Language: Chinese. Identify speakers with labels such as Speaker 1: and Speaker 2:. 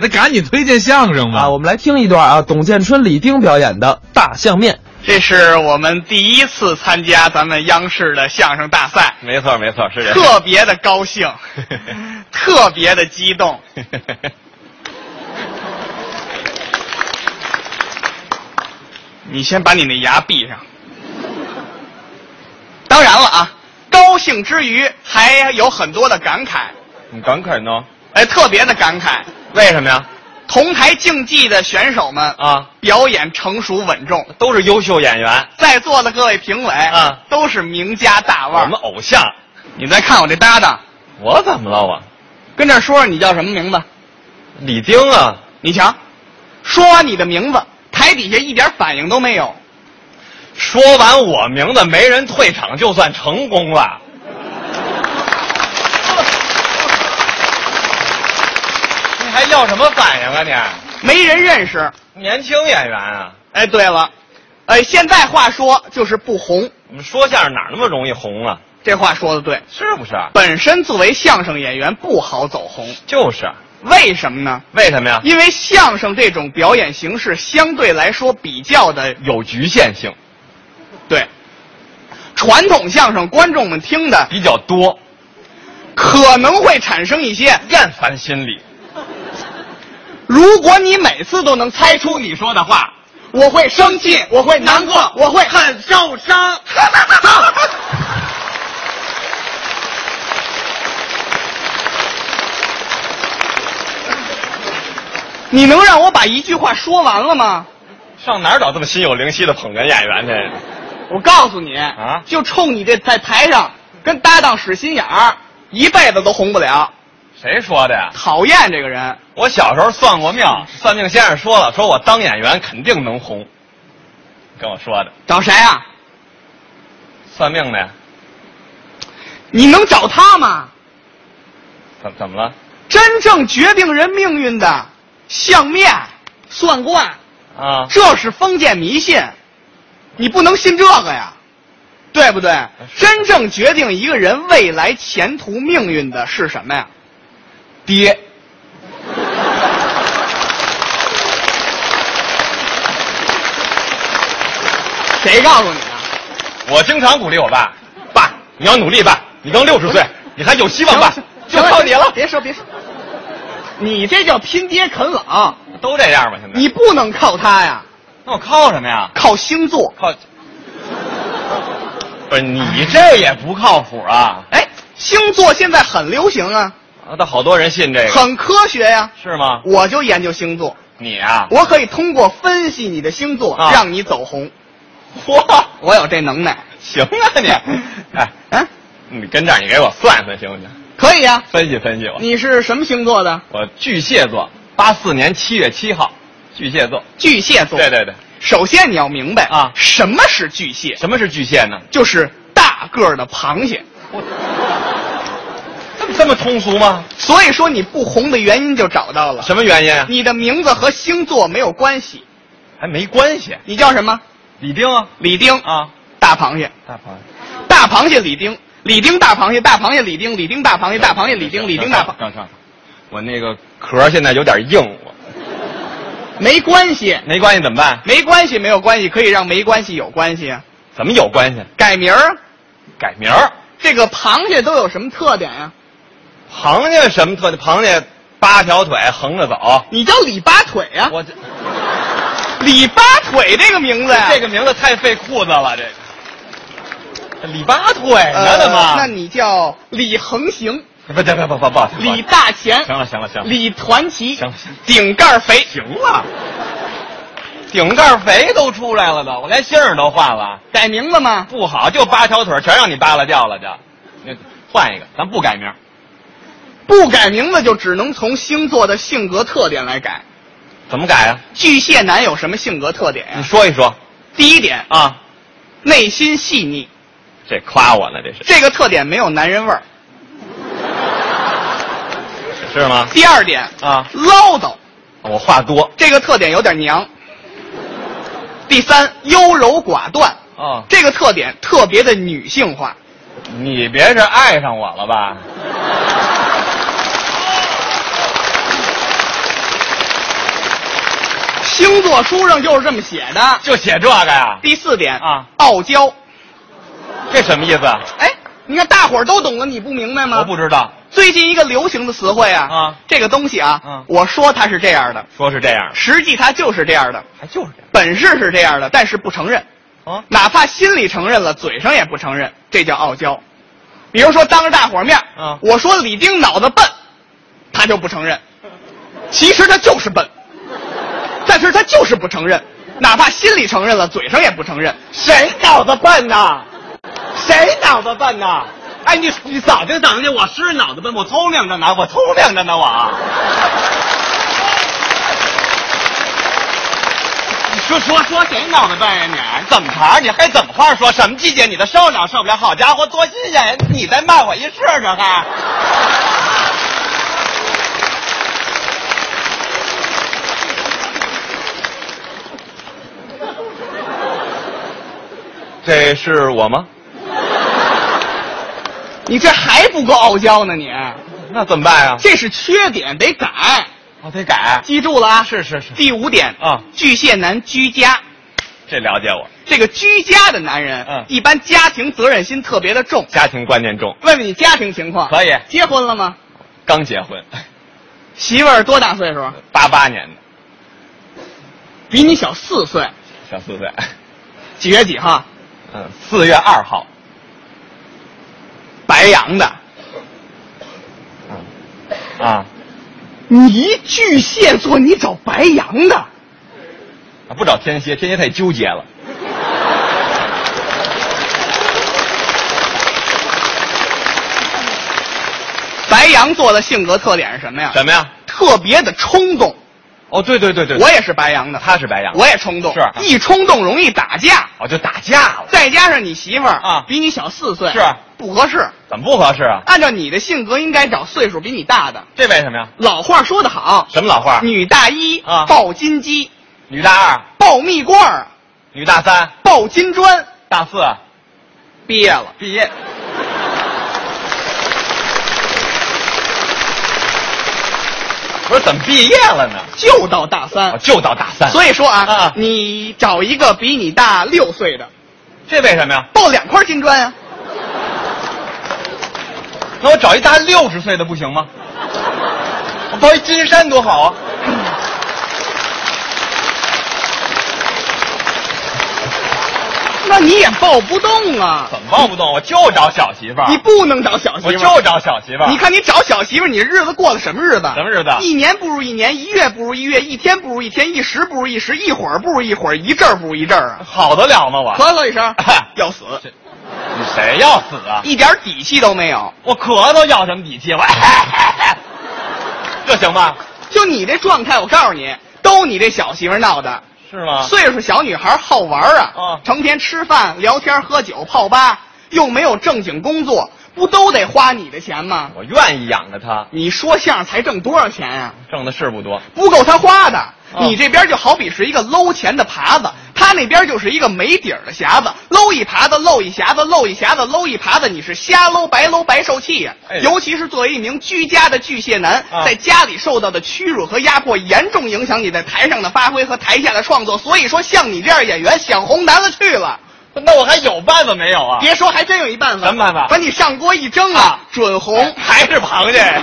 Speaker 1: 那赶紧推荐相声吧。
Speaker 2: 啊，我们来听一段啊，董建春、李丁表演的《大相面》。
Speaker 3: 这是我们第一次参加咱们央视的相声大赛，
Speaker 4: 没错，没错，是这样。
Speaker 3: 特别的高 兴，特别的激动。你先把你那牙闭上。当然了啊，高兴之余还有很多的感慨，
Speaker 4: 你感慨呢？
Speaker 3: 哎，特别的感慨。
Speaker 4: 为什么呀？
Speaker 3: 同台竞技的选手们
Speaker 4: 啊，
Speaker 3: 表演成熟稳重，
Speaker 4: 都是优秀演员，
Speaker 3: 在座的各位评委
Speaker 4: 啊，
Speaker 3: 都是名家大腕
Speaker 4: 我
Speaker 3: 儿。
Speaker 4: 们偶像。
Speaker 3: 你再看我这搭档，
Speaker 4: 我怎么了我？
Speaker 3: 跟这儿说说你叫什么名字？
Speaker 4: 李丁啊，
Speaker 3: 你瞧，说完你的名字，台底下一点反应都没有。
Speaker 4: 说完我名字没人退场就算成功了。你还要什么反应啊
Speaker 3: 没人认识。
Speaker 4: 你？年轻演员啊，
Speaker 3: 哎，对了，哎，现在话说就是不红，
Speaker 4: 我们说相声哪那么容易红啊？
Speaker 3: 这话说的对。
Speaker 4: 是不是啊？
Speaker 3: 本身作为相声演员不好走红，
Speaker 4: 就是，啊
Speaker 3: 为什么呢？
Speaker 4: 为什么呀？
Speaker 3: 因为相声这种表演形式相对来说比较的
Speaker 4: 有局限性，
Speaker 3: 对，传统相声观众们听的
Speaker 4: 比较多，
Speaker 3: 可能会产生一些，
Speaker 4: 厌烦心理。
Speaker 3: 如果你每次都能猜出你说的话，我会生气，我会难过，我会很受伤。 你能让我把一句话说完了吗？
Speaker 4: 上哪儿找这么心有灵犀的捧哏演员去？
Speaker 3: 我告诉你
Speaker 4: 啊
Speaker 3: 就冲你这在台上跟搭档使心眼儿，一辈子都红不了。
Speaker 4: 谁说的呀？
Speaker 3: 讨厌这个人，
Speaker 4: 我小时候算过命，算命先生说了，说我当演员肯定能红，跟我说的。
Speaker 3: 找谁啊？
Speaker 4: 算命的呀，
Speaker 3: 你能找他吗？
Speaker 4: 怎怎么了？
Speaker 3: 真正决定人命运的相面、算卦，
Speaker 4: 啊，
Speaker 3: 这是封建迷信，你不能信这个呀，对不对？真正决定一个人未来前途命运的是什么呀？
Speaker 4: 爹，
Speaker 3: 谁告诉你啊的？
Speaker 4: 我经常鼓励我爸，爸，你要努力爸，你刚六十岁，你还有希望爸
Speaker 3: 行，
Speaker 4: 就靠你了。
Speaker 3: 别说别说，你这叫拼爹啃老，
Speaker 4: 都这样吧，现在
Speaker 3: 你不能靠他呀，
Speaker 4: 那我靠什么呀？
Speaker 3: 靠星座。
Speaker 4: 靠，不是你这也不靠谱啊！
Speaker 3: 哎，星座现在很流行啊，
Speaker 4: 啊，但好多人信这个，
Speaker 3: 很科学呀、
Speaker 4: 是吗？
Speaker 3: 我就研究星座，
Speaker 4: 你啊，
Speaker 3: 我可以通过分析你的星座、
Speaker 4: 啊
Speaker 3: 让你走红，
Speaker 4: 嚯，
Speaker 3: 我有这能 耐。
Speaker 4: 行啊你， 哎，
Speaker 3: 啊，
Speaker 4: 你跟这儿你给我算算行不行？
Speaker 3: 可以呀、
Speaker 4: 分析分析我，
Speaker 3: 你是什么星座的？
Speaker 4: 我巨蟹座，八四年七月七号，巨蟹座。
Speaker 3: 巨蟹座。
Speaker 4: 对。对对，
Speaker 3: 首先你要明白
Speaker 4: 啊
Speaker 3: 什么是巨蟹？
Speaker 4: 什么是巨蟹呢？
Speaker 3: 就是大个儿的螃蟹。
Speaker 4: 这么这么通俗吗？
Speaker 3: 所以说你不红的原因就找到了，
Speaker 4: 什么原因啊？
Speaker 3: 你的名字和星座没有关系。
Speaker 4: 还没关系。
Speaker 3: 你叫什么？
Speaker 4: 李丁啊，
Speaker 3: 李丁，
Speaker 4: 啊，
Speaker 3: 大螃蟹。
Speaker 4: 大螃蟹。
Speaker 3: 大螃蟹李丁，李丁大螃蟹，大螃蟹李丁，李丁大螃蟹，大螃蟹李丁，李丁大螃
Speaker 4: 上上，我那个壳现在有点硬，我
Speaker 3: 没关系，
Speaker 4: 没关系怎么办？
Speaker 3: 没关系，没有关系，可以让没关系有关系啊。
Speaker 4: 怎么有关系？
Speaker 3: 改名儿，啊
Speaker 4: 改名儿。
Speaker 3: 这个螃蟹都有什么特点呀、
Speaker 4: 螃蟹什么特点？螃蟹八条腿横着走。
Speaker 3: 你叫李八腿呀、
Speaker 4: 我这
Speaker 3: 李八腿这个名字哎呀、
Speaker 4: 这个名字太费裤子了，这个。李八腿
Speaker 3: 呃
Speaker 4: 呢？怎么？
Speaker 3: 那你叫李横行、
Speaker 4: 不不不不不不，
Speaker 3: 李大钱、
Speaker 4: 行了行了行了，
Speaker 3: 李团旗、
Speaker 4: 行了行了
Speaker 3: 顶盖肥。
Speaker 4: 行了，顶盖肥都出来了都，我连姓儿都换了，
Speaker 3: 改名字吗？
Speaker 4: 不好就八条腿全让你扒拉掉了就，那换一个，咱不改名。
Speaker 3: 不改名字就只能从星座的性格特点来改。
Speaker 4: 怎么改啊？
Speaker 3: 巨蟹男有什么性格特点呀、
Speaker 4: 你说一说
Speaker 3: 第一点，
Speaker 4: 啊，
Speaker 3: 内心细腻，
Speaker 4: 这夸我呢，这是
Speaker 3: 这个特点没有男人味儿。
Speaker 4: 是吗？
Speaker 3: 第二点，
Speaker 4: 啊，
Speaker 3: 唠叨，
Speaker 4: 我话多
Speaker 3: 这个特点有点娘。第三，优柔寡断，
Speaker 4: 啊，
Speaker 3: 这个特点特别的女性化。
Speaker 4: 你别是爱上我了吧？
Speaker 3: 星座书上就是这么写的。
Speaker 4: 就写这个呀？
Speaker 3: 第四点
Speaker 4: 啊
Speaker 3: 傲娇。
Speaker 4: 这什么意思啊？
Speaker 3: 哎，你看大伙儿都懂了，你不明白吗？
Speaker 4: 我不知道。
Speaker 3: 最近一个流行的词汇啊，
Speaker 4: 啊
Speaker 3: 这个东西啊，
Speaker 4: 嗯
Speaker 3: 我说它是这样的，
Speaker 4: 说是这样，
Speaker 3: 实际它就是这样的，
Speaker 4: 还就是这样
Speaker 3: 本事是这样的，但是不承认，
Speaker 4: 啊？
Speaker 3: 哪怕心里承认了，嘴上也不承认，这叫傲娇。比如说当着大伙儿面，
Speaker 4: 啊
Speaker 3: 我说李丁脑子笨，他就不承认，其实他就是笨，但是他就是不承认，哪怕心里承认了，嘴上也不承认。
Speaker 4: 谁脑子笨呐？谁脑子笨呐？哎，你你扫听扫听去，我是脑子笨，我聪明着呢，我聪明着呢，我。说说说谁脑子笨呀、你？怎么茬？你还怎么话说？什么季节你都受不了受不了？好家伙，多新鲜呀！你再骂我一试试还？这是我吗？
Speaker 3: 你这还不够傲娇呢你，
Speaker 4: 那怎么办啊呀、
Speaker 3: 这是缺点，得改。
Speaker 4: 我哦得改。
Speaker 3: 记住了啊！
Speaker 4: 是是是
Speaker 3: 第五点
Speaker 4: 啊
Speaker 3: 巨蟹男居家，
Speaker 4: 这了解我，
Speaker 3: 这个居家的男人，
Speaker 4: 嗯
Speaker 3: 一般家庭责任心特别的重。
Speaker 4: 家庭观念重，
Speaker 3: 问问你家庭情况，
Speaker 4: 可以
Speaker 3: 结婚了吗？
Speaker 4: 刚结婚，
Speaker 3: 媳妇儿多大岁数？
Speaker 4: 八八年的，
Speaker 3: 比你小四岁，
Speaker 4: 小四岁，
Speaker 3: 几月几号？
Speaker 4: 嗯，四月二号，
Speaker 3: 白羊的。
Speaker 4: 啊，
Speaker 3: 你巨蟹座，你找白羊的？
Speaker 4: 啊不找天蝎，天蝎太纠结了。
Speaker 3: 白羊座的性格特点是什么呀？
Speaker 4: 什么呀？
Speaker 3: 特别的冲动。
Speaker 4: 哦，对对对对，
Speaker 3: 我也是白羊的，
Speaker 4: 他是白羊，
Speaker 3: 我也冲动，
Speaker 4: 是
Speaker 3: 一冲动容易打架。
Speaker 4: 我哦就打架了，
Speaker 3: 再加上你媳妇儿
Speaker 4: 啊
Speaker 3: 比你小四岁，
Speaker 4: 是
Speaker 3: 不合适。
Speaker 4: 怎么不合适啊？
Speaker 3: 按照你的性格，应该找岁数比你大的。
Speaker 4: 这为什么呀？
Speaker 3: 老话说得好，
Speaker 4: 什么老话？
Speaker 3: 女大一
Speaker 4: 啊
Speaker 3: 抱金鸡，
Speaker 4: 女大二，
Speaker 3: 抱蜜罐儿，
Speaker 4: 女大三，
Speaker 3: 抱金砖。
Speaker 4: 大四啊
Speaker 3: 毕业了，
Speaker 4: 毕业。不是怎么毕业了呢？
Speaker 3: 就到大三。
Speaker 4: 我哦就到大三，
Speaker 3: 所
Speaker 4: 以
Speaker 3: 以说啊，
Speaker 4: 啊
Speaker 3: 你找一个比你大六岁的，
Speaker 4: 这为什么呀？
Speaker 3: 抱两块金砖啊，
Speaker 4: 那我找一大六十岁的不行吗？我抱一金山多好啊！
Speaker 3: 那你也抱不动啊。
Speaker 4: 怎么抱不动？我就找小媳妇儿，
Speaker 3: 你不能找小
Speaker 4: 啊我
Speaker 3: 媳妇儿，
Speaker 4: 就找小媳妇儿。
Speaker 3: 你看你找小媳妇儿，你日子过的什么日子？
Speaker 4: 什么日子啊
Speaker 3: 一年不如一年，一月不如一月，一天不如一天，一时不如一时，一会儿不如一会儿，一阵儿不如一阵儿啊！
Speaker 4: 好得了吗？我
Speaker 3: 咳嗽一声
Speaker 4: 啊
Speaker 3: 要死，
Speaker 4: 这你谁要死啊？
Speaker 3: 一点底气都没有。
Speaker 4: 我咳嗽要什么底气？我 这行吗？
Speaker 3: 就你这状态，我告诉你，都你这小媳妇儿闹的。
Speaker 4: 是吗？
Speaker 3: 岁数小女孩好玩儿啊，
Speaker 4: 啊
Speaker 3: 成天吃饭、聊天、喝酒、泡吧，又没有正经工作，不都得花你的钱吗？
Speaker 4: 我愿意养着她，
Speaker 3: 你说相声才挣多少钱啊？
Speaker 4: 挣的是不多。
Speaker 3: 不够他花的。
Speaker 4: 哦
Speaker 3: 你这边就好比是一个搂钱的耙子，他那边就是一个没底儿的匣子，搂一耙子，搂一匣子，搂一匣子，搂一耙子，你是瞎搂白搂白受气呀、
Speaker 4: 哎
Speaker 3: 尤其是作为一名居家的巨蟹男，
Speaker 4: 啊
Speaker 3: 在家里受到的屈辱和压迫，严重影响你在台上的发挥和台下的创作。所以说，像你这样演员想红难了去了。
Speaker 4: 那我还有办法没有啊？
Speaker 3: 别说，还真有一办法。
Speaker 4: 什么办法哎
Speaker 3: 把你上锅一蒸啊，准红。
Speaker 4: 还是螃蟹。